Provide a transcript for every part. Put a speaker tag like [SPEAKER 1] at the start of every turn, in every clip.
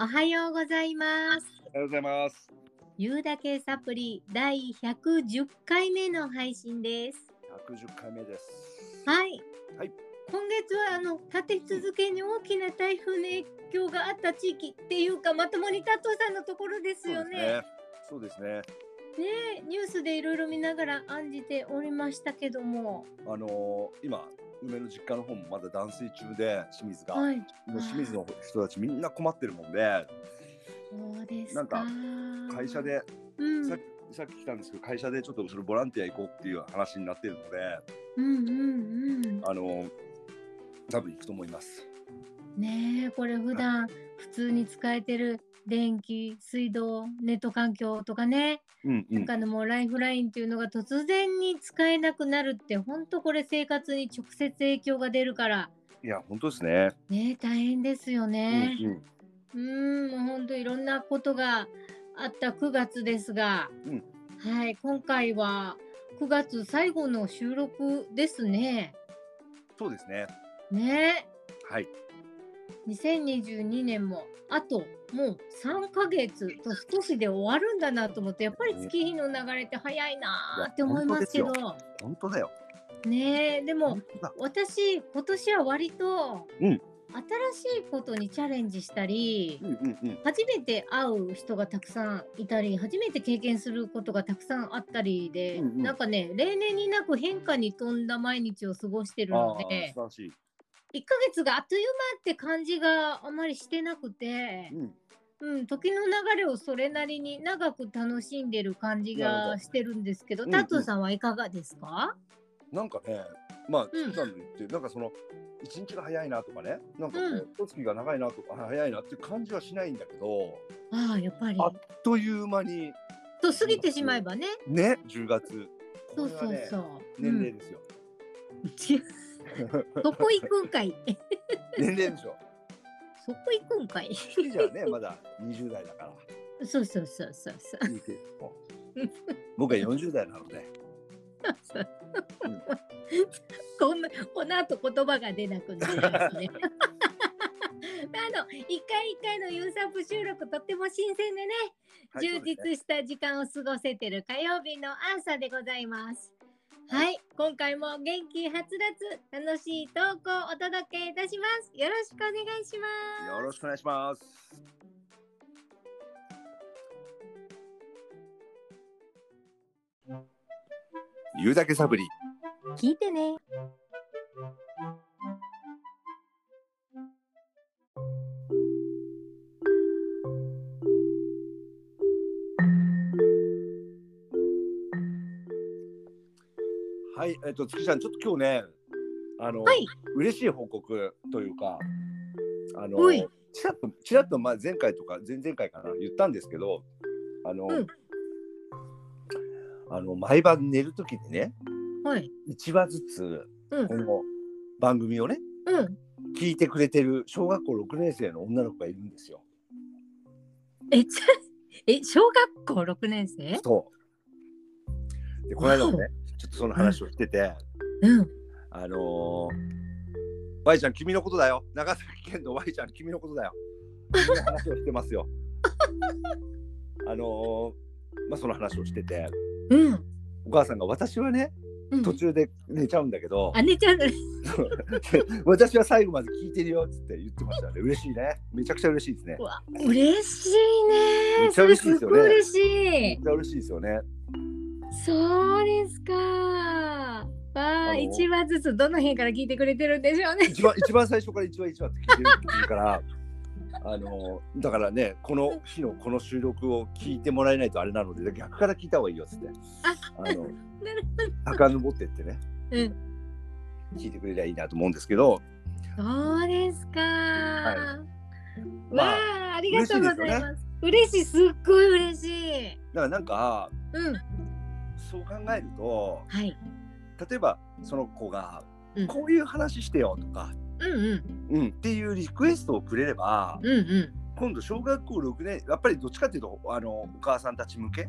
[SPEAKER 1] おはようございます。
[SPEAKER 2] おはようございます。
[SPEAKER 1] ゆうだけサプリ第110回目の配信です。
[SPEAKER 2] 百十回目です。
[SPEAKER 1] はい。
[SPEAKER 2] はい
[SPEAKER 1] 今月はあの立て続けに大きな台風の影響があった地域っていうかまともにタトさんのところですよね。。
[SPEAKER 2] そうですね。
[SPEAKER 1] ねニュースでいろいろ見ながら案じておりましたけども、
[SPEAKER 2] あのー今梅の実家の方もまだ断水中で清水が、
[SPEAKER 1] はい。
[SPEAKER 2] もう清水の人たちみんな困ってるもんで、
[SPEAKER 1] そうですか。
[SPEAKER 2] 会社、で
[SPEAKER 1] うん、う
[SPEAKER 2] さっ
[SPEAKER 1] ん
[SPEAKER 2] きさっき来たんですけど会社でちょっとそのボランティア行こうっていう話になってるので、
[SPEAKER 1] うんうん。
[SPEAKER 2] あのー多分行くと思います。
[SPEAKER 1] ねえこれ普段普通に使えてる電気水道ネット環境とかね、
[SPEAKER 2] うんうん。
[SPEAKER 1] 他のもうライフラインっていうのが突然に使えなくなるってほんとこれ生活に直接影響が出るから
[SPEAKER 2] いや本当ですね。
[SPEAKER 1] ねえ大変ですよね。
[SPEAKER 2] うん
[SPEAKER 1] うーん、もう本当いろんなことがあった9月ですが、
[SPEAKER 2] うん
[SPEAKER 1] はい、今回は9月最後の収録ですね。
[SPEAKER 2] そうですね。
[SPEAKER 1] ねえ
[SPEAKER 2] はい。
[SPEAKER 1] 2022年もあともう3ヶ月と少しで終わるんだなと思ってやっぱり月日の流れって早いなーって思いますけ
[SPEAKER 2] いや
[SPEAKER 1] ど
[SPEAKER 2] 本当だよ。
[SPEAKER 1] ねえでも
[SPEAKER 2] 本当だ。
[SPEAKER 1] 私今年は割と
[SPEAKER 2] うん
[SPEAKER 1] 新しいことにチャレンジしたり
[SPEAKER 2] うんうんうん。
[SPEAKER 1] 初めて会う人がたくさんいたり初めて経験することがたくさんあったりで
[SPEAKER 2] うんうん
[SPEAKER 1] なんかね例年になく変化に富んだ毎日を過ごしてる
[SPEAKER 2] あ
[SPEAKER 1] の
[SPEAKER 2] あ素
[SPEAKER 1] で
[SPEAKER 2] 晴。らしい。
[SPEAKER 1] 1ヶ月があっという間って感じがあまりしてなくて
[SPEAKER 2] う、ん。
[SPEAKER 1] うん、時の流れをそれなりに長く楽しんでる感じ
[SPEAKER 2] なるほ
[SPEAKER 1] が
[SPEAKER 2] ど
[SPEAKER 1] してるんですけど、
[SPEAKER 2] うん
[SPEAKER 1] タトさんはいかがですか、
[SPEAKER 2] なんかね、まあ、
[SPEAKER 1] うん
[SPEAKER 2] 普段の言って、なんかその、一日が早いなとかね、なんかこ
[SPEAKER 1] うん
[SPEAKER 2] う、一、月が長いなとか、あ早いなっていう感じはしないんだけど、
[SPEAKER 1] ああやっぱり。
[SPEAKER 2] あっという間に、
[SPEAKER 1] と過ぎてしまえばね。
[SPEAKER 2] ね、10月。
[SPEAKER 1] そ
[SPEAKER 2] こ
[SPEAKER 1] う
[SPEAKER 2] れは
[SPEAKER 1] そう
[SPEAKER 2] ね、
[SPEAKER 1] そう。
[SPEAKER 2] 年齢ですよ。
[SPEAKER 1] うん そこ行くんかい。
[SPEAKER 2] 年齢でしょ。
[SPEAKER 1] そこ行くんかい。
[SPEAKER 2] じゃあね、 まだ20代だから
[SPEAKER 1] そうそうそうそうそう。
[SPEAKER 2] いいけど。僕は40代なので、
[SPEAKER 1] こんなこの後言葉が出なくなりますね。 あの一回一回のユーサップ収録とっても新鮮でね、
[SPEAKER 2] はい
[SPEAKER 1] 充実した時間を過ごせてる火曜日の朝でございます。はい、今回も元気はつらつ楽しいトークをお届けいたします。よろしくお願いします。
[SPEAKER 2] よろしくお願いします。言うだけサブリ。
[SPEAKER 1] 聞いてね。
[SPEAKER 2] はい、えっと、月ちゃん、ちょっと今日ね、あの、
[SPEAKER 1] はい
[SPEAKER 2] 嬉しい報告というか、あの
[SPEAKER 1] はい、
[SPEAKER 2] ちらっと、ちらっとまあ前回とか前々回かな、言ったんですけど、あの、
[SPEAKER 1] うん
[SPEAKER 2] あの毎晩寝るときにね、
[SPEAKER 1] はい。
[SPEAKER 2] 1話ずつ、
[SPEAKER 1] うん
[SPEAKER 2] この番組をね、
[SPEAKER 1] うん。
[SPEAKER 2] 聞いてくれてる小学校6年生の女の子がいるんですよ。
[SPEAKER 1] え、ちゃえ、小学校六年生？
[SPEAKER 2] そう。で、この間 もね、ちょっとその話をしてて、
[SPEAKER 1] うん。
[SPEAKER 2] あのー、Y ちゃん君のことだよ長崎県の Y ちゃん君のことだよみんな話をしてますよ あのー、まあその話をしてて
[SPEAKER 1] うん。
[SPEAKER 2] お母さんが私はね
[SPEAKER 1] うん
[SPEAKER 2] 途中で寝ちゃうんだけど、
[SPEAKER 1] 姉ちゃん。
[SPEAKER 2] 私は最後まで聞いてるよっつって言ってましたね嬉しいねめちゃくちゃ嬉しいですね
[SPEAKER 1] うわ嬉しいね。
[SPEAKER 2] めっちゃ嬉しいですよ
[SPEAKER 1] そ
[SPEAKER 2] ね
[SPEAKER 1] れごい嬉し
[SPEAKER 2] め
[SPEAKER 1] い
[SPEAKER 2] っ。ちゃ嬉しいですよね
[SPEAKER 1] そうですか。わあ、
[SPEAKER 2] あの
[SPEAKER 1] 一話ずつどの辺から聞いてくれてるんでしょうね。
[SPEAKER 2] 一番一番最初から一話一話って聞いてるって言うからあのーだからねこの日のこの収録を聞いてもらえないとあれなので逆から聞いた方がいいよっつってあの
[SPEAKER 1] なる
[SPEAKER 2] 遡ってってね
[SPEAKER 1] うん。
[SPEAKER 2] 聞いてくれりゃいいなと思うんですけど
[SPEAKER 1] そうですか。
[SPEAKER 2] い
[SPEAKER 1] わあ、ありがとうございます。嬉しい、すっごい嬉しい。
[SPEAKER 2] だからなんか
[SPEAKER 1] うん。
[SPEAKER 2] そう考えると
[SPEAKER 1] はい。
[SPEAKER 2] 例えばその子が
[SPEAKER 1] うん
[SPEAKER 2] こういう話してよとか、
[SPEAKER 1] うんうん。
[SPEAKER 2] うん、っていうリクエストをくれれば
[SPEAKER 1] うんうん。
[SPEAKER 2] 今度小学校6年やっぱりどっちかっていうとあのお母さんたち向け
[SPEAKER 1] そ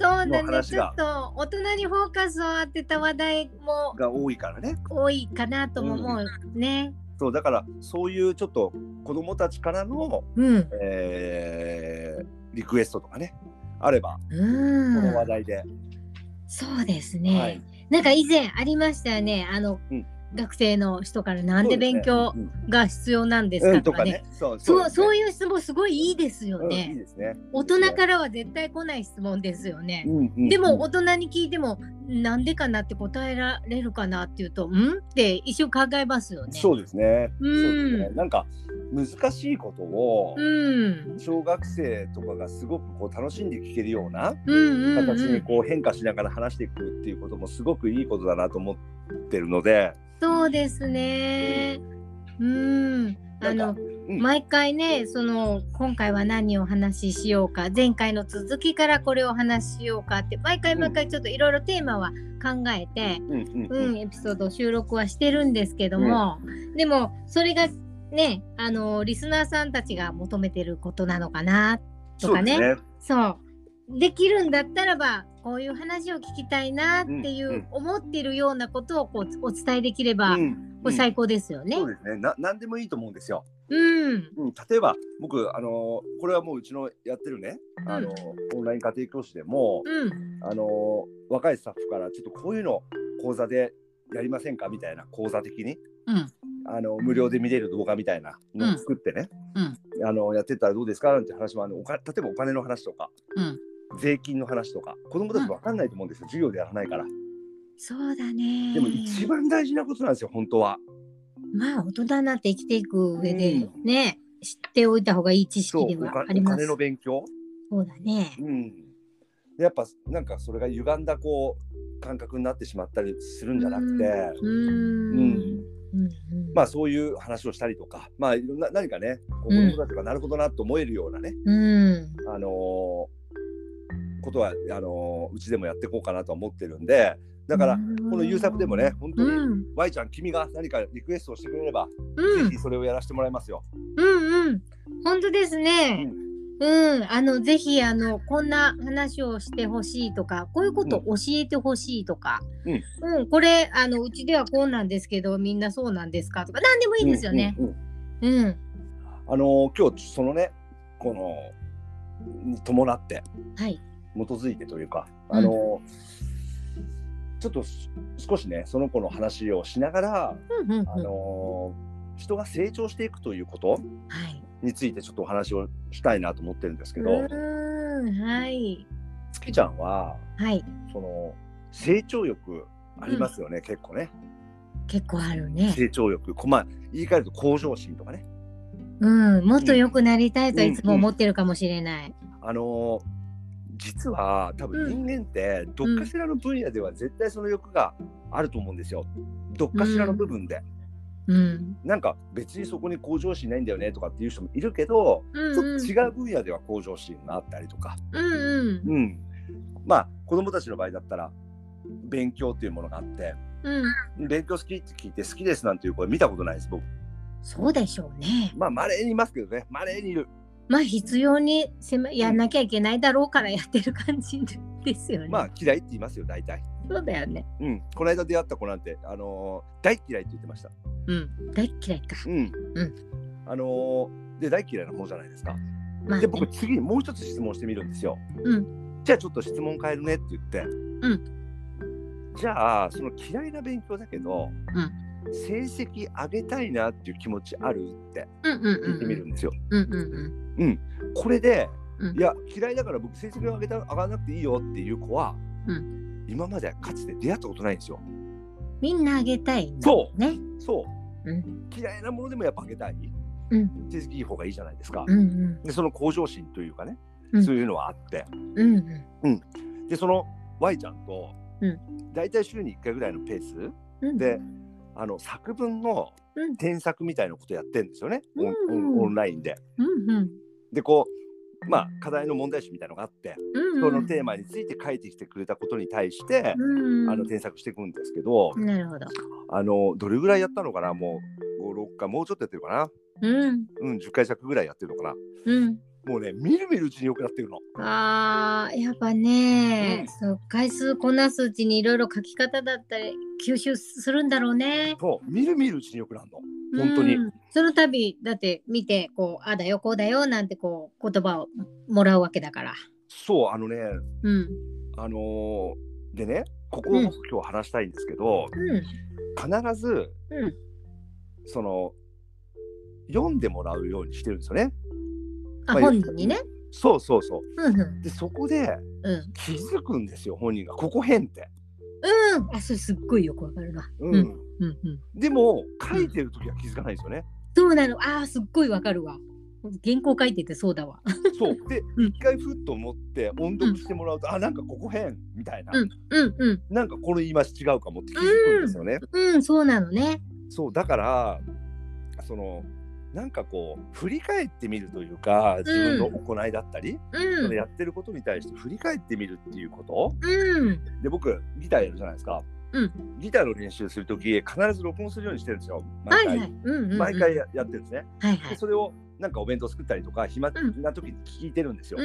[SPEAKER 1] うだ
[SPEAKER 2] の
[SPEAKER 1] ね。
[SPEAKER 2] 話
[SPEAKER 1] ちょっ
[SPEAKER 2] が
[SPEAKER 1] と大人にフォーカスを当てた話題も
[SPEAKER 2] が多いからね
[SPEAKER 1] 多いかなとも思うね。
[SPEAKER 2] そうだからそういうちょっと子供たちからの、
[SPEAKER 1] うん。
[SPEAKER 2] えーリクエストとかねあればこ
[SPEAKER 1] う
[SPEAKER 2] の話
[SPEAKER 1] ん。
[SPEAKER 2] 題で、
[SPEAKER 1] そうですね。
[SPEAKER 2] はい
[SPEAKER 1] なんか以前ありましたよね。あの、
[SPEAKER 2] うん
[SPEAKER 1] 学生の人からなんで勉強
[SPEAKER 2] そうですね
[SPEAKER 1] が必要なんで
[SPEAKER 2] うんう
[SPEAKER 1] す
[SPEAKER 2] んと
[SPEAKER 1] かとか
[SPEAKER 2] か
[SPEAKER 1] ね。
[SPEAKER 2] ねそう
[SPEAKER 1] そう
[SPEAKER 2] ですね
[SPEAKER 1] そういう質問すごいいいですよ
[SPEAKER 2] うんい
[SPEAKER 1] ね
[SPEAKER 2] い。ですね
[SPEAKER 1] 大人からは絶対来ない質問ですよね。
[SPEAKER 2] うんうんうん
[SPEAKER 1] でも大人に聞いてもなんでかなって答えられるかなっていうとんって一瞬考えますよね。
[SPEAKER 2] そうですね,、
[SPEAKER 1] うん
[SPEAKER 2] そうですねなんか難しいことを
[SPEAKER 1] うん。
[SPEAKER 2] 小学生とかがすごくこう楽しんで聞けるような
[SPEAKER 1] うんうんう
[SPEAKER 2] 形に
[SPEAKER 1] ん。
[SPEAKER 2] こう変化しながら話していくっていうこともすごくいいことだなと思ってるので、
[SPEAKER 1] そうですね。うん。あ
[SPEAKER 2] な
[SPEAKER 1] の
[SPEAKER 2] んかうん
[SPEAKER 1] 毎回ねその今回は何をお話ししようか前回の続きからこれをお話ししようかって毎回毎回ちょっといろいろテーマは考えて、
[SPEAKER 2] うんうん
[SPEAKER 1] う
[SPEAKER 2] うんん
[SPEAKER 1] エピソードを収録はしてるんですけども、でもそれがねあのリスナーさんたちが求めてることなのかなとかね
[SPEAKER 2] そうです
[SPEAKER 1] そうできるんだったらばこういう話を聞きたいなっていう、
[SPEAKER 2] うんうん
[SPEAKER 1] 思ってるようなことをこうお伝えできれば、
[SPEAKER 2] うん
[SPEAKER 1] これ最高ですよね。
[SPEAKER 2] そうですねな何でもいいと思うんですよ。
[SPEAKER 1] うん、
[SPEAKER 2] うん、例えば僕、あのーこれはもううちのやってるね、あのーオンライン家庭教師でも、
[SPEAKER 1] うん、
[SPEAKER 2] あのー若いスタッフからちょっとこういうの講座でやりませんかみたいな講座的に、
[SPEAKER 1] うん、
[SPEAKER 2] あの無料で見れる動画みたいなのを作ってね、
[SPEAKER 1] うん
[SPEAKER 2] あのやってったらどうですかなんて話もあのおか例えばお金の話とか
[SPEAKER 1] うん。
[SPEAKER 2] 税金の話とか子供たち分かんないと思うんですよ、授業でやらないから
[SPEAKER 1] そうだね。
[SPEAKER 2] でも一番大事なことなんですよ本当は
[SPEAKER 1] まあ大人になって生きていく上で、
[SPEAKER 2] うん
[SPEAKER 1] ね知っておいた方がいい知
[SPEAKER 2] そう
[SPEAKER 1] 識
[SPEAKER 2] お
[SPEAKER 1] では
[SPEAKER 2] 金
[SPEAKER 1] あり
[SPEAKER 2] お
[SPEAKER 1] ます。
[SPEAKER 2] 金の
[SPEAKER 1] そう
[SPEAKER 2] 勉強
[SPEAKER 1] だね。
[SPEAKER 2] うんでやっぱなんかそれが歪んだこう感覚になってしまったりするんじゃなくて、
[SPEAKER 1] うーん。
[SPEAKER 2] うん
[SPEAKER 1] うんうん
[SPEAKER 2] まあそういう話をしたりとかまあいろんな何かねこう
[SPEAKER 1] うん
[SPEAKER 2] 子供たちがなるほどなと思えるようなね、
[SPEAKER 1] うん。
[SPEAKER 2] あのーことはあのーうちでもやっていこうかなとは思ってるんでだから、この優作でもね、本当
[SPEAKER 1] う
[SPEAKER 2] に、
[SPEAKER 1] ん。
[SPEAKER 2] Y ちゃん、君が何かリクエストをしてくれれば、
[SPEAKER 1] うん。
[SPEAKER 2] ぜひそれをやらせてもらいますよ。
[SPEAKER 1] うんうん。本当ですね。うん、あのぜひあのこんな話をしてほしいとかこういうこと教えてほしいとか、
[SPEAKER 2] うん
[SPEAKER 1] うんこれあのうちではこうなんですけどみんなそうなんですかとか何でもいいですよね。
[SPEAKER 2] うんうんうん
[SPEAKER 1] うん、
[SPEAKER 2] あのー今日、そのね、この、に伴って、
[SPEAKER 1] はい。
[SPEAKER 2] 基づいてというか、あのーちょっとす少しね、その子の話をしながら、
[SPEAKER 1] うんうんうん
[SPEAKER 2] あのー人が成長していくということ
[SPEAKER 1] はい。
[SPEAKER 2] についてちょっとお話をしたいなと思ってるんですけ
[SPEAKER 1] う
[SPEAKER 2] ど、
[SPEAKER 1] ーん、はい。
[SPEAKER 2] 月ちゃんは、
[SPEAKER 1] はい。
[SPEAKER 2] その、成長欲ありますよね、結構ね。
[SPEAKER 1] 結構あるね。
[SPEAKER 2] 成長欲、こまあ、言い換えると向上心とかね、
[SPEAKER 1] うん、もっと良くなりたいと
[SPEAKER 2] うん
[SPEAKER 1] いつも思ってるかもしれない。
[SPEAKER 2] あのー実は多分人間ってどっかしらの分野では絶対その欲があると思うんですよ。どっかしらの部分で、
[SPEAKER 1] うん。
[SPEAKER 2] なんか別にそこに向上心ないんだよねとかっていう人もいるけど、
[SPEAKER 1] うん
[SPEAKER 2] ち
[SPEAKER 1] うん。
[SPEAKER 2] ょっと違う分野では向上心があったりとか、
[SPEAKER 1] うんうん。
[SPEAKER 2] うん、まあ子供たちの場合だったら勉強っていうものがあって
[SPEAKER 1] うん。
[SPEAKER 2] 勉強好きって聞いて好きですなんていう声見たことないです僕
[SPEAKER 1] そうでしょうね。
[SPEAKER 2] まあまれにいますけどねまれにいる
[SPEAKER 1] まあ必要にせめやんなきゃいけないだろうからやってる感じですよね。
[SPEAKER 2] まあ嫌いって言いますよ大体。
[SPEAKER 1] そうだよね。
[SPEAKER 2] うん、この間出会った子なんて、あのー大嫌いって言ってました。
[SPEAKER 1] うん。大っ嫌いか。
[SPEAKER 2] うん。
[SPEAKER 1] うん
[SPEAKER 2] あのーで、大嫌いな方じゃないですか。
[SPEAKER 1] まあ、ね
[SPEAKER 2] で、。僕、次にもう一つ質問してみるんですよ。
[SPEAKER 1] う
[SPEAKER 2] じゃあ、ちょっと質問変えるねって言って。じゃあ、その嫌いな勉強だけど、成績上げたいなっていう気持ちあるって
[SPEAKER 1] うんうんうん。
[SPEAKER 2] 聞いてみるんですよ。
[SPEAKER 1] うんうんうん。
[SPEAKER 2] これで、
[SPEAKER 1] うん
[SPEAKER 2] いや、嫌いだから僕、成績上げた上がらなくていいよっていう子は、
[SPEAKER 1] う
[SPEAKER 2] 今までかつて出会ったことないんですよ。
[SPEAKER 1] みんなあげたいんだ
[SPEAKER 2] そう
[SPEAKER 1] ね。
[SPEAKER 2] そう、
[SPEAKER 1] う
[SPEAKER 2] 嫌いなものでもやっぱあげたい、
[SPEAKER 1] うん
[SPEAKER 2] 成績いい方がいいじゃないですか、
[SPEAKER 1] うんうん。
[SPEAKER 2] でその向上心というかね、
[SPEAKER 1] うん
[SPEAKER 2] そういうのはあって
[SPEAKER 1] うんうん。
[SPEAKER 2] でその Y ちゃんと、
[SPEAKER 1] うん
[SPEAKER 2] だいたい週に1回ぐらいのペース
[SPEAKER 1] うん
[SPEAKER 2] であの作文の
[SPEAKER 1] うん
[SPEAKER 2] 添削みたいなことやってるんですよね、オン
[SPEAKER 1] うん
[SPEAKER 2] オンオンラインで。
[SPEAKER 1] うんうん。
[SPEAKER 2] でこうまあ課題の問題集みたいのがあって、
[SPEAKER 1] うんうん
[SPEAKER 2] そのテーマについて書いてきてくれたことに対して、
[SPEAKER 1] うん
[SPEAKER 2] あの添削していくんですけど、
[SPEAKER 1] なるほど。
[SPEAKER 2] あのどれぐらいやったのかなもう56回もうちょっとやってるかな
[SPEAKER 1] うん
[SPEAKER 2] うん、10回弱ぐらいやってるのかな。
[SPEAKER 1] うん。
[SPEAKER 2] もうね、みるみるうちに良くなってるの。
[SPEAKER 1] あーやっぱね、
[SPEAKER 2] うん
[SPEAKER 1] そう回数こなすうちにいろいろ書き方だったり吸収するんだろうね。
[SPEAKER 2] そう、みるみるうちに良くなるの。本当に
[SPEAKER 1] うんその度だって見てこうあだよこうだよなんてこう言葉をもらうわけだから
[SPEAKER 2] そうあのね
[SPEAKER 1] うん
[SPEAKER 2] あのーでねここ
[SPEAKER 1] う
[SPEAKER 2] を
[SPEAKER 1] ん
[SPEAKER 2] 今日話したいんですけど、
[SPEAKER 1] うん
[SPEAKER 2] 必ず
[SPEAKER 1] うん
[SPEAKER 2] その読んでもらうようにしてるんですよね。
[SPEAKER 1] あ、
[SPEAKER 2] まあ
[SPEAKER 1] 本人にね
[SPEAKER 2] そうそうそう。
[SPEAKER 1] うんうん
[SPEAKER 2] でそこで
[SPEAKER 1] うん
[SPEAKER 2] 気づくんですよ本人がここ変って。
[SPEAKER 1] うんあそれすっごいよくわかるな
[SPEAKER 2] うん
[SPEAKER 1] うんうんうん
[SPEAKER 2] でも書いてる時は気づかないんですよね。
[SPEAKER 1] そうなのあーすっごいわかるわ原稿書いててそうだわ
[SPEAKER 2] そうで
[SPEAKER 1] うん
[SPEAKER 2] 一回ふっと思って音読してもらうと、あなんかここ変みたいな、
[SPEAKER 1] うんうんうん
[SPEAKER 2] なんかこの言い回し違うかもって気づくんですよね。
[SPEAKER 1] うんそうなのね
[SPEAKER 2] そうだからそのなんかこう振り返ってみるというか自分の行いだったり、
[SPEAKER 1] う
[SPEAKER 2] その
[SPEAKER 1] ん
[SPEAKER 2] やってることに対して振り返ってみるっていうこと
[SPEAKER 1] うん
[SPEAKER 2] で僕ギターやるじゃないですか、
[SPEAKER 1] う
[SPEAKER 2] ギターの練習するとき必ず録音するようにしてるんですよ
[SPEAKER 1] は
[SPEAKER 2] 毎
[SPEAKER 1] い
[SPEAKER 2] 回、
[SPEAKER 1] はいうんうんうん
[SPEAKER 2] 毎回ややってるんですね、
[SPEAKER 1] はいは
[SPEAKER 2] で
[SPEAKER 1] い
[SPEAKER 2] それをなんかお弁当作ったりとか暇
[SPEAKER 1] うん
[SPEAKER 2] な時に聞いてるんですよ、
[SPEAKER 1] う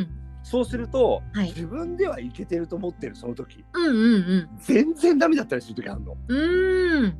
[SPEAKER 1] ん
[SPEAKER 2] そうすると、
[SPEAKER 1] はい
[SPEAKER 2] 自分ではいけてると思ってるその時
[SPEAKER 1] うんうん
[SPEAKER 2] 全然ダメだったりする時あるの
[SPEAKER 1] うんうん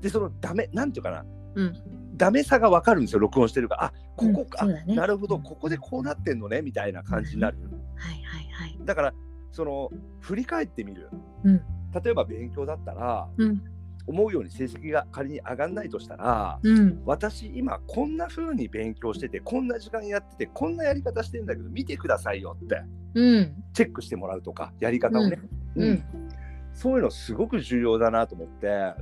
[SPEAKER 2] でそのダメなんていうかな、
[SPEAKER 1] うん
[SPEAKER 2] ダメさが分かるんですよ録音してるからあここか、
[SPEAKER 1] うんそうだね
[SPEAKER 2] なるほどここでこうなってんのねみたいな感じになる、
[SPEAKER 1] はいはいはい
[SPEAKER 2] だからその振り返ってみる、
[SPEAKER 1] うん
[SPEAKER 2] 例えば勉強だったら、
[SPEAKER 1] うん
[SPEAKER 2] 思うように成績が仮に上がんないとしたら
[SPEAKER 1] うん
[SPEAKER 2] 私今こんな風に勉強しててこんな時間やっててこんなやり方してんだけど見てくださいよって
[SPEAKER 1] うん
[SPEAKER 2] チェックしてもらうとかやり方をね、
[SPEAKER 1] うんうん
[SPEAKER 2] そういうのすごく重要だなと思って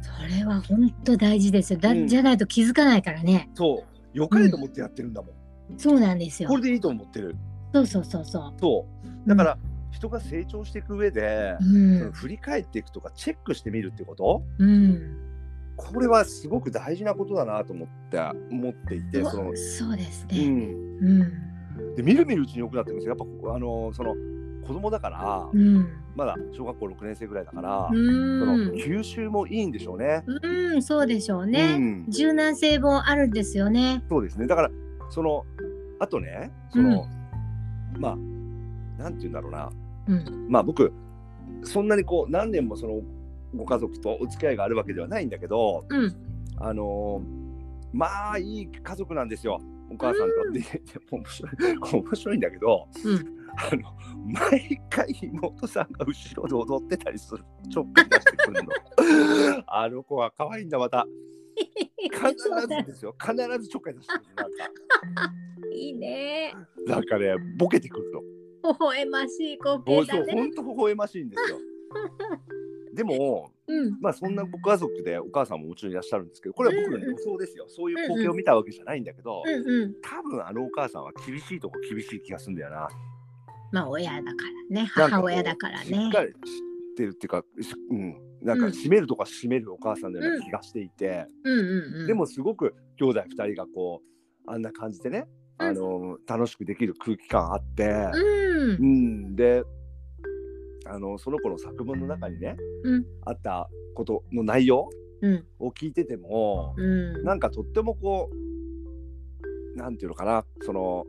[SPEAKER 1] それは本当大事ですよ。だ、
[SPEAKER 2] うん
[SPEAKER 1] じゃないと気づかないからね。
[SPEAKER 2] そう良かれと思ってやってるんだもん、
[SPEAKER 1] そうなんですよ
[SPEAKER 2] こ。れでいいと思ってる
[SPEAKER 1] そうそうそうそ
[SPEAKER 2] そうだから人が成長していく上で
[SPEAKER 1] う。う、ん。
[SPEAKER 2] 振り返っていくとかチェックしてみるってこと
[SPEAKER 1] うん。
[SPEAKER 2] これはすごく大事なことだなと思って思っていて
[SPEAKER 1] うわ
[SPEAKER 2] その、
[SPEAKER 1] そうです
[SPEAKER 2] う
[SPEAKER 1] ね。
[SPEAKER 2] ん、
[SPEAKER 1] うん。
[SPEAKER 2] でみるみるうちに良くなってくるんですよやっぱあのその子供だから、
[SPEAKER 1] うん。
[SPEAKER 2] まだ小学校6年生ぐらいだから、その
[SPEAKER 1] うん。
[SPEAKER 2] 吸収もいいんでしょうね。
[SPEAKER 1] うん、そうでしょう
[SPEAKER 2] う
[SPEAKER 1] ね。
[SPEAKER 2] ん、
[SPEAKER 1] 柔軟性もあるんですよね。
[SPEAKER 2] そうですねだからそのあとねその、まあなんて言うんだろうな
[SPEAKER 1] うん。
[SPEAKER 2] まあ僕そんなにこう何年もそのご家族とお付き合いがあるわけではないんだけど
[SPEAKER 1] うん。
[SPEAKER 2] あのーまあいい家族なんですよお母さん
[SPEAKER 1] う
[SPEAKER 2] と。
[SPEAKER 1] ん
[SPEAKER 2] で でも面白いこう面白いんだけど、
[SPEAKER 1] う
[SPEAKER 2] あの毎回妹さんが後ろで踊ってたりするちょっかい出してくる のあの子は可愛いんだまた必
[SPEAKER 1] そうだ
[SPEAKER 2] ずですよ必ずちょっかい出してくるのなんか
[SPEAKER 1] いいね。
[SPEAKER 2] なんかねボケてくるの。
[SPEAKER 1] 微笑ましい光
[SPEAKER 2] も
[SPEAKER 1] 景
[SPEAKER 2] うそ
[SPEAKER 1] だ
[SPEAKER 2] う
[SPEAKER 1] ね
[SPEAKER 2] 本。当微笑ましいんですよ。でも、
[SPEAKER 1] うん。
[SPEAKER 2] まあ、そんなご家族でお母さんももちろんいらっしゃるんですけどこれは僕の予想ですよ、そういう光景を見たわけじゃないんだけど、
[SPEAKER 1] うんうん。
[SPEAKER 2] 多分あのお母さんは厳しいとこ厳しい気がするんだよな。
[SPEAKER 1] まあ、親だからね。
[SPEAKER 2] なんか
[SPEAKER 1] 母
[SPEAKER 2] こう
[SPEAKER 1] 親だから
[SPEAKER 2] し
[SPEAKER 1] ね
[SPEAKER 2] っ。かり知ってるっていうか、しうん、なんか締めるとか締めるお母さんのような気がしていて、
[SPEAKER 1] うんうんうん。
[SPEAKER 2] で。もすごく兄弟2人がこうあんな感じでね、あの楽しくできる空気感あって、
[SPEAKER 1] う。
[SPEAKER 2] うんん、であのその子の作文の中にね、
[SPEAKER 1] うん
[SPEAKER 2] あったことの内容
[SPEAKER 1] うん。
[SPEAKER 2] を聞いてても、
[SPEAKER 1] うん。
[SPEAKER 2] なんかとってもこうなんていうのかなその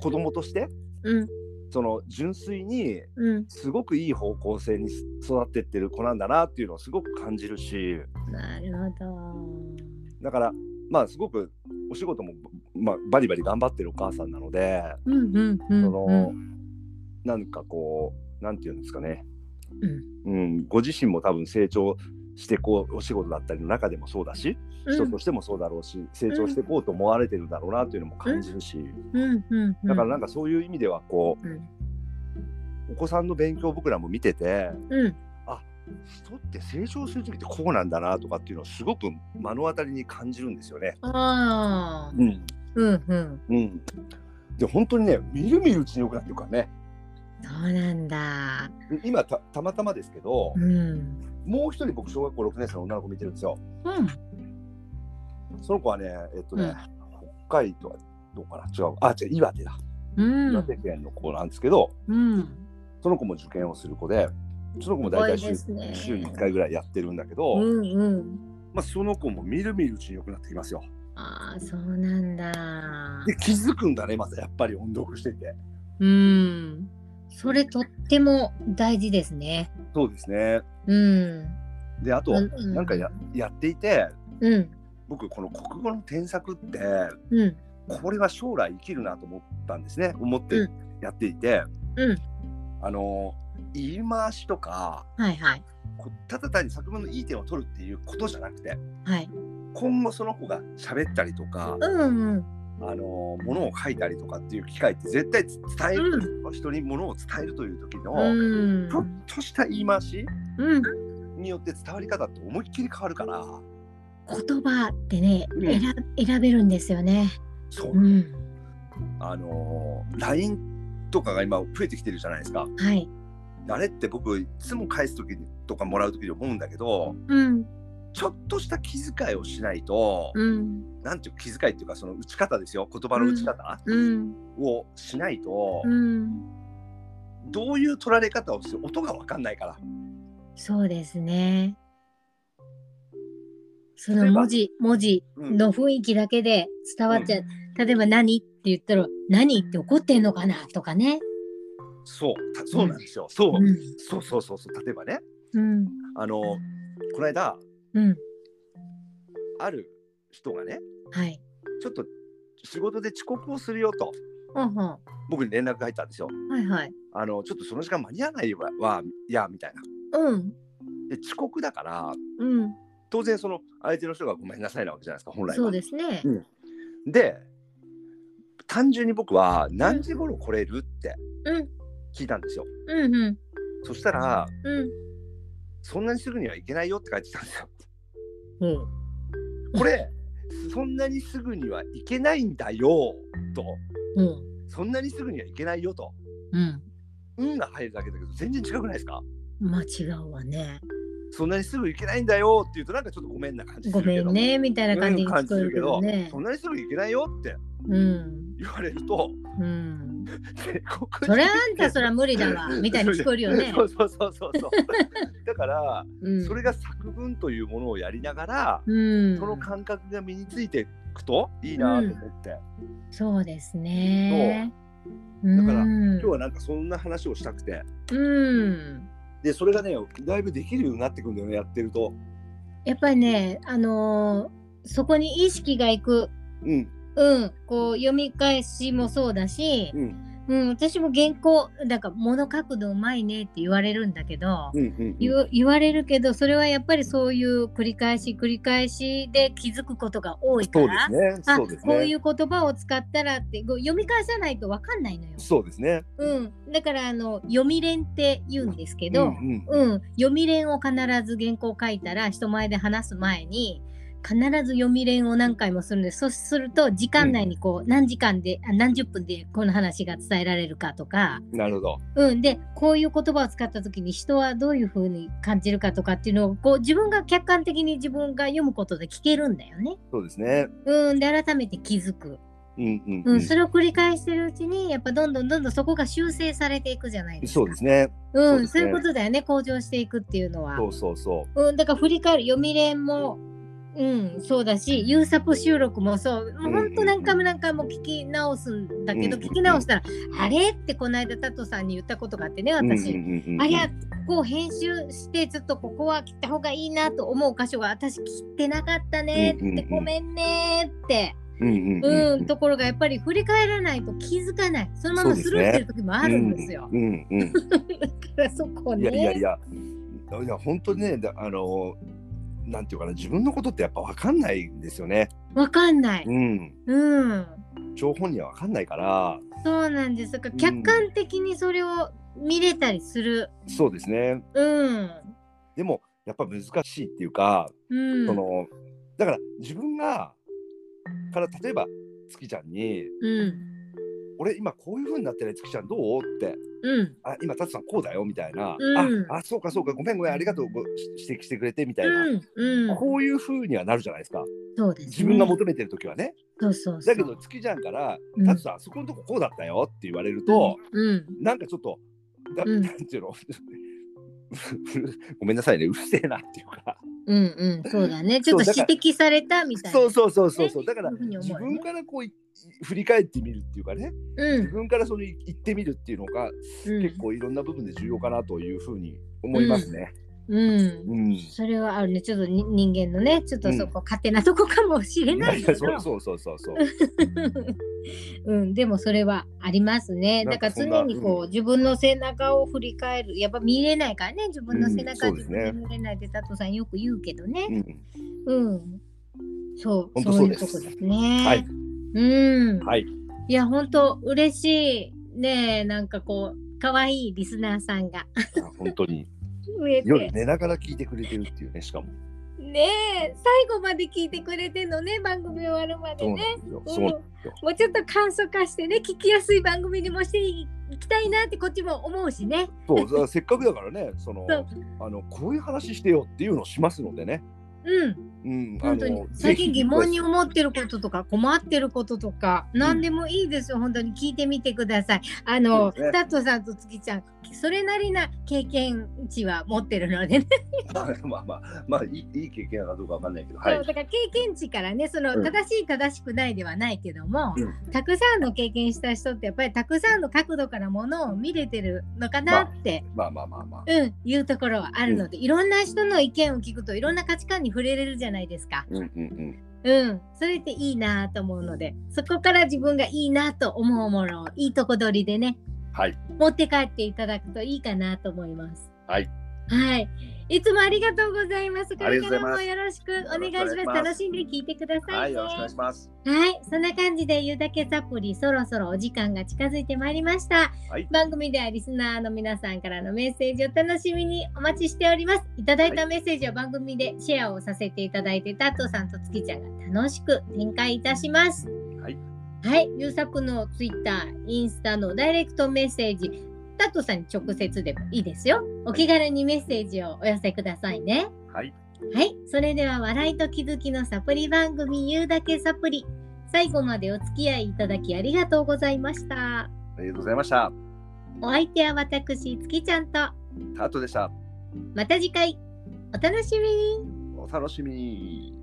[SPEAKER 2] 子供として
[SPEAKER 1] うん。
[SPEAKER 2] その純粋に
[SPEAKER 1] うん。
[SPEAKER 2] すごくいい方向性に育ってってる子なんだなっていうのをすごく感じるし
[SPEAKER 1] なるほど。
[SPEAKER 2] だからまあすごくお仕事も、まあ、バリバリ頑張ってるお母さんなので、
[SPEAKER 1] うんうんう
[SPEAKER 2] そ
[SPEAKER 1] んう
[SPEAKER 2] の
[SPEAKER 1] ん
[SPEAKER 2] なんかこうなんていうんですかね、
[SPEAKER 1] うん
[SPEAKER 2] うんご自身も多分成長してこうお仕事だったりの中でもそうだし、人としてもそうだろうし成長していこうと思われてるだろうなというのも感じるし、
[SPEAKER 1] うんうんうん
[SPEAKER 2] だからなんかそういう意味ではこう、
[SPEAKER 1] うん
[SPEAKER 2] お子さんの勉強を僕らも見てて
[SPEAKER 1] うん
[SPEAKER 2] 人って成長する時ってこうなんだなとかっていうのをすごく目の当たりに感じるんですよね。
[SPEAKER 1] ああ
[SPEAKER 2] うん
[SPEAKER 1] うんうん
[SPEAKER 2] うん、で本当にねみるみるうちに良くなってるからね
[SPEAKER 1] そうなんだ
[SPEAKER 2] 今たたまたまですけど
[SPEAKER 1] う、ん
[SPEAKER 2] もう一人僕小学校6年生の女の子見てるんですよ。
[SPEAKER 1] うん
[SPEAKER 2] その子はね、えっとね、北海道はどうかな違う。あ、違う、岩手だ。
[SPEAKER 1] うん
[SPEAKER 2] 岩手県の子なんですけど、
[SPEAKER 1] うん
[SPEAKER 2] その子も受験をする子で、その子も大体
[SPEAKER 1] すごい
[SPEAKER 2] 週,、
[SPEAKER 1] ですね
[SPEAKER 2] 週に1回ぐらいやってるんだけど、
[SPEAKER 1] うんうん
[SPEAKER 2] まあ、その子もみるみるうちに良くなってきますよ。
[SPEAKER 1] ああそうなんだ
[SPEAKER 2] で、気づくんだね、またやっぱり音読してて。
[SPEAKER 1] うんそれとっても大事ですね
[SPEAKER 2] そうですね。
[SPEAKER 1] うん
[SPEAKER 2] で、あと、
[SPEAKER 1] うんうん
[SPEAKER 2] なんかややっていて、
[SPEAKER 1] うん
[SPEAKER 2] 僕この国語の添削って
[SPEAKER 1] うん
[SPEAKER 2] これは将来生きるなと思ったんですね思って
[SPEAKER 1] う
[SPEAKER 2] やっていて、
[SPEAKER 1] うん
[SPEAKER 2] あの言い回しとか
[SPEAKER 1] はいはい
[SPEAKER 2] こうただ単に作文のいい点を取るっていうことじゃなくて
[SPEAKER 1] はい
[SPEAKER 2] 今後その子が喋ったりとか、
[SPEAKER 1] うんうん
[SPEAKER 2] あのものを書いたりとかっていう機会って絶対伝える、人にものを伝えるという時の、
[SPEAKER 1] うん
[SPEAKER 2] ちょっとした言い回し
[SPEAKER 1] うん
[SPEAKER 2] によって伝わり方って思いっきり変わるから
[SPEAKER 1] 言葉ってね、
[SPEAKER 2] うん
[SPEAKER 1] 選選べるんですよね
[SPEAKER 2] そう、
[SPEAKER 1] うん
[SPEAKER 2] あの LINE とかが今増えてきてるじゃないですか。
[SPEAKER 1] はい
[SPEAKER 2] あれって僕いつも返す時にとかもらう時に思うんだけど
[SPEAKER 1] うん
[SPEAKER 2] ちょっとした気遣いをしないと、
[SPEAKER 1] うん
[SPEAKER 2] なんていう気遣いっていうかその打ち方ですよ言葉の打ち方
[SPEAKER 1] うん
[SPEAKER 2] をしないと、
[SPEAKER 1] うん
[SPEAKER 2] どういう取られ方をして音が分かんないから
[SPEAKER 1] そうですねそ
[SPEAKER 2] 例え
[SPEAKER 1] の
[SPEAKER 2] ば
[SPEAKER 1] 文字文字
[SPEAKER 2] うん
[SPEAKER 1] の雰囲気だけで伝わっちゃう、例えば何って言ったら何って怒ってんのかなとかね
[SPEAKER 2] そうたそうなんですよ、そう
[SPEAKER 1] うん
[SPEAKER 2] そうそうそうそう例えばね
[SPEAKER 1] うん
[SPEAKER 2] あのこの間
[SPEAKER 1] うん
[SPEAKER 2] ある人がね
[SPEAKER 1] はい
[SPEAKER 2] ちょっと仕事で遅刻をするよと
[SPEAKER 1] ほうほう
[SPEAKER 2] 僕に連絡が入ったんですよ。
[SPEAKER 1] はいはい
[SPEAKER 2] あのちょっとその時間間に合わないわわいやみたいな。
[SPEAKER 1] うん
[SPEAKER 2] で遅刻だから
[SPEAKER 1] うん
[SPEAKER 2] 当然その相手の人がごめんなさいなわけじゃないですか本来は。
[SPEAKER 1] そうですね
[SPEAKER 2] で単純に僕は何時頃来れるって
[SPEAKER 1] うん
[SPEAKER 2] 聞いたんですよ。
[SPEAKER 1] うんうん
[SPEAKER 2] そしたら
[SPEAKER 1] うん
[SPEAKER 2] そんなにすぐには行けないよって書いてたんで すよ。
[SPEAKER 1] うん
[SPEAKER 2] これそんなにすぐには行けないんだよと
[SPEAKER 1] うん
[SPEAKER 2] そんなにすぐには行けないよと。
[SPEAKER 1] うん
[SPEAKER 2] うんが入るだけだけど全然違くないですか
[SPEAKER 1] 間違うわね
[SPEAKER 2] そんなにすぐ行けないんだよって言うとなんかちょっとごめんな感じす
[SPEAKER 1] ご
[SPEAKER 2] るけ
[SPEAKER 1] め
[SPEAKER 2] ど
[SPEAKER 1] んねみたいな感じに
[SPEAKER 2] うん
[SPEAKER 1] 聞
[SPEAKER 2] 感
[SPEAKER 1] こ
[SPEAKER 2] じ
[SPEAKER 1] え
[SPEAKER 2] す
[SPEAKER 1] る
[SPEAKER 2] る
[SPEAKER 1] け
[SPEAKER 2] けど
[SPEAKER 1] どね
[SPEAKER 2] そんなにすぐ行けないよって
[SPEAKER 1] うん
[SPEAKER 2] 言われ ると
[SPEAKER 1] うん
[SPEAKER 2] 全国
[SPEAKER 1] それあんたそりゃ無理だわみたいに聞こえるよね
[SPEAKER 2] そうそうそうそう そうだから、
[SPEAKER 1] うん
[SPEAKER 2] それが作文というものをやりながら、
[SPEAKER 1] うん
[SPEAKER 2] その感覚が身についていくといいなと思って、
[SPEAKER 1] そうですね
[SPEAKER 2] そうだから
[SPEAKER 1] うん
[SPEAKER 2] 今日はなんかそんな話をしたくて
[SPEAKER 1] うん
[SPEAKER 2] でそれがねだいぶできるようになってくるんだよねやってると
[SPEAKER 1] やっぱりねあのーそこに意識がいく
[SPEAKER 2] うん
[SPEAKER 1] うんこう読み返しもそうだし
[SPEAKER 2] うん
[SPEAKER 1] うん私も原稿だから物書くのうまいねって言われるんだけど
[SPEAKER 2] うんうん
[SPEAKER 1] 言う言われるけどそれはやっぱりそういう繰り返し繰り返しで気づくことが多いか
[SPEAKER 2] そう
[SPEAKER 1] ら、
[SPEAKER 2] ですね
[SPEAKER 1] あ
[SPEAKER 2] そうです
[SPEAKER 1] こうい
[SPEAKER 2] ね
[SPEAKER 1] う言葉を使ったらってこう読み返さないと分かんないのよ。
[SPEAKER 2] そうですね
[SPEAKER 1] うん、だからあの読み練って言うんですけ
[SPEAKER 2] う
[SPEAKER 1] ど、うん
[SPEAKER 2] ん
[SPEAKER 1] 読み練を必ず原稿書いたら人前で話す前に必ず読み練を何回もするんですそうすると時間内にこう、何時間であ何十分でこの話が伝えられるかとか。
[SPEAKER 2] うんなるほど
[SPEAKER 1] うん、でこういう言葉を使った時に人はどういう風に感じるかとかっていうのをこう自分が客観的に自分が読むことで聞けるんだよね。
[SPEAKER 2] そうですね
[SPEAKER 1] うん、で改めて気づく、
[SPEAKER 2] うんうん、
[SPEAKER 1] うんそれを繰り返してるうちにやっぱどんどんどんどんそこが修正されていくじゃないですか。
[SPEAKER 2] そうですね
[SPEAKER 1] うん
[SPEAKER 2] そうですね
[SPEAKER 1] そういうことだよね向上していくっていうのは。
[SPEAKER 2] そうそうそう
[SPEAKER 1] うん、だから振り返る読み連も、うん、そうだし、ユーサポ収録もそう、もう本当何回も何回も聞き直すんだけど、
[SPEAKER 2] うん
[SPEAKER 1] 聞き直したら、あれってこの間、タトさんに言ったことがあってね、私。
[SPEAKER 2] うんうんうんうん
[SPEAKER 1] ありゃ、ここを編集して、ちょっとここは切った方がいいなと思う箇所が、私切ってなかったね
[SPEAKER 2] うんう
[SPEAKER 1] っ
[SPEAKER 2] んう
[SPEAKER 1] て、
[SPEAKER 2] ん
[SPEAKER 1] ごめんねって、
[SPEAKER 2] うんうんうん
[SPEAKER 1] う
[SPEAKER 2] うん
[SPEAKER 1] ん、ところがやっぱり振り返らないと気づかない。そのままスルーしてる時もあるんですよ。
[SPEAKER 2] うんうんうん
[SPEAKER 1] だから そこ
[SPEAKER 2] い
[SPEAKER 1] ね。
[SPEAKER 2] やいやいや、いや本当にね、だあのなんていうかな、自分のことってやっぱ分かんないんですよね。
[SPEAKER 1] わかんない。
[SPEAKER 2] うん、
[SPEAKER 1] うん。
[SPEAKER 2] 情報には分かんないから、
[SPEAKER 1] そうなんですだから
[SPEAKER 2] うん
[SPEAKER 1] 客観的にそれを見れたりする。
[SPEAKER 2] そうですね。
[SPEAKER 1] うん。
[SPEAKER 2] でもやっぱ難しいっていうか、
[SPEAKER 1] うん。
[SPEAKER 2] そのだから自分がから例えば月ちゃんに、
[SPEAKER 1] うん。
[SPEAKER 2] 俺今こういう風になってない月ちゃんどうって。
[SPEAKER 1] うん。
[SPEAKER 2] あ今、達さんこうだよみたいな、
[SPEAKER 1] うん
[SPEAKER 2] ああ、そうかそうか、ごめんごめん、ありがとうごし指摘してくれてみたいな、
[SPEAKER 1] うん。うん。
[SPEAKER 2] こういう風にはなるじゃないですか、
[SPEAKER 1] そうです、ね。
[SPEAKER 2] 自分が求めてる時はね。
[SPEAKER 1] そうそうそう。
[SPEAKER 2] だけど、月ちゃんから
[SPEAKER 1] うん、
[SPEAKER 2] タツさん、あそこのとここうだったよって言われると、
[SPEAKER 1] うん。
[SPEAKER 2] なんかちょっと、だ
[SPEAKER 1] うん
[SPEAKER 2] なんていうの、 ごめんなさいね、うるせえなっていうか、
[SPEAKER 1] うん。うん。そうだね。ちょっと
[SPEAKER 2] そうだから
[SPEAKER 1] 指摘されたみたいな。
[SPEAKER 2] そう
[SPEAKER 1] そ
[SPEAKER 2] そうそうそうそう、だから
[SPEAKER 1] ういうふうに
[SPEAKER 2] 自
[SPEAKER 1] 思うよね。
[SPEAKER 2] 分からこうい振り返ってみるっていうかね、
[SPEAKER 1] う
[SPEAKER 2] 自
[SPEAKER 1] ん。
[SPEAKER 2] 分からそれ言ってみるっていうのが、
[SPEAKER 1] うん
[SPEAKER 2] 結構いろんな部分で重要かなというふうに思いますね。
[SPEAKER 1] ううん。
[SPEAKER 2] うん。
[SPEAKER 1] それはあるね。ちょっとに人間のね、ちょっとそこ、勝手なとこかもしれ
[SPEAKER 2] い
[SPEAKER 1] な
[SPEAKER 2] や
[SPEAKER 1] い
[SPEAKER 2] い
[SPEAKER 1] け
[SPEAKER 2] や
[SPEAKER 1] ど。
[SPEAKER 2] そうそうそうそうそう。
[SPEAKER 1] うん、でもそれはありますね。
[SPEAKER 2] な
[SPEAKER 1] だ
[SPEAKER 2] ん
[SPEAKER 1] か
[SPEAKER 2] からそん
[SPEAKER 1] 常
[SPEAKER 2] な
[SPEAKER 1] にこう、
[SPEAKER 2] うん
[SPEAKER 1] 自分の背中を振り返る。やっぱ見れないからね、自分の背中、
[SPEAKER 2] うん
[SPEAKER 1] 自
[SPEAKER 2] そうですね
[SPEAKER 1] 分で見れないって、佐藤さんよく言うけどね。
[SPEAKER 2] うん。
[SPEAKER 1] うん。そう、
[SPEAKER 2] 本当そう
[SPEAKER 1] い
[SPEAKER 2] で
[SPEAKER 1] う
[SPEAKER 2] す
[SPEAKER 1] とこですね。
[SPEAKER 2] はい。
[SPEAKER 1] うん。
[SPEAKER 2] はい。
[SPEAKER 1] いや、本当嬉しい。ねえ、なんかこう、可愛いリスナーさんが
[SPEAKER 2] あ本当に。
[SPEAKER 1] 増え
[SPEAKER 2] 夜
[SPEAKER 1] て。
[SPEAKER 2] 寝ながら聞いてくれてるっていうね、しかも。
[SPEAKER 1] ねえ、最後まで聞いてくれてんのね、番組終わるまで
[SPEAKER 2] そう
[SPEAKER 1] ね。
[SPEAKER 2] なんですよ。そうなんですよ。
[SPEAKER 1] もうちょっと簡素化してね、聞きやすい番組にもしていきたいなってこっちも思うしね。
[SPEAKER 2] そう、だからせ っかくだからね、その
[SPEAKER 1] そう、
[SPEAKER 2] あの、こういう話してよっていうのをしますのでね。
[SPEAKER 1] うん。
[SPEAKER 2] うん、あ
[SPEAKER 1] 本当に
[SPEAKER 2] の、
[SPEAKER 1] 最近疑問に
[SPEAKER 2] ぜ
[SPEAKER 1] 思ってることとか困ってることとか何でもいいですよ本当に聞いてみてくださいあの
[SPEAKER 2] そうですね
[SPEAKER 1] タットさんと月ちゃんそれなりな経験値は持ってるのでね、
[SPEAKER 2] ひ。 まあまあまあ、まあ、いいいい経験かどうかわかんないけど、はい
[SPEAKER 1] そう。 だから経験値からねその
[SPEAKER 2] うん
[SPEAKER 1] 正しい正しくないではないけども、
[SPEAKER 2] うん
[SPEAKER 1] たくさんの経験した人ってやっぱりたくさんの角度からものを見れてるのかなって、
[SPEAKER 2] まあまあまあまあ。
[SPEAKER 1] うんいうところはあるので、いろんな人の意見を聞くといろんな価値観に触れれるじゃないですか。
[SPEAKER 2] うんうんうん。
[SPEAKER 1] うん、それっていいなと思うのでそこから自分がいいなと思うものをいいとこ取りでね
[SPEAKER 2] はい。
[SPEAKER 1] 持って帰っていただくといいかなと思います。
[SPEAKER 2] はい。
[SPEAKER 1] はい、いつもありがとうございます。こ
[SPEAKER 2] あり
[SPEAKER 1] れ
[SPEAKER 2] が
[SPEAKER 1] か
[SPEAKER 2] とう
[SPEAKER 1] ら
[SPEAKER 2] ございま
[SPEAKER 1] も
[SPEAKER 2] す
[SPEAKER 1] よろしくお願いし
[SPEAKER 2] よろしく
[SPEAKER 1] ま
[SPEAKER 2] お
[SPEAKER 1] す。
[SPEAKER 2] 願いします
[SPEAKER 1] 楽しんで聞いてくださ、
[SPEAKER 2] はいい、
[SPEAKER 1] ね。
[SPEAKER 2] よろしくお願いします。
[SPEAKER 1] はい、そんな感じで言うだけサプリそろそろお時間が近づいてまいりました、
[SPEAKER 2] はい
[SPEAKER 1] 番組ではリスナーの皆さんからのメッセージを楽しみにお待ちしておりますいただいたメッセージは番組でシェアをさせていただいて、タットさんと月ちゃんが楽しく展開いたします
[SPEAKER 2] はい、
[SPEAKER 1] はい、ゆうさくのツイッターインスタのダイレクトメッセージタットさんに直接でもいいですよお気軽にメッセージをお寄せくださいね、
[SPEAKER 2] はい。
[SPEAKER 1] はい、それでは笑いと気づきのサプリ番組言うだけサプリ。最後までお付き合いいただきありがとうございました。
[SPEAKER 2] ありがとうございました。
[SPEAKER 1] お相手は私、月ちゃんと、
[SPEAKER 2] タートでした。
[SPEAKER 1] また次回、お楽しみに
[SPEAKER 2] お楽しみに。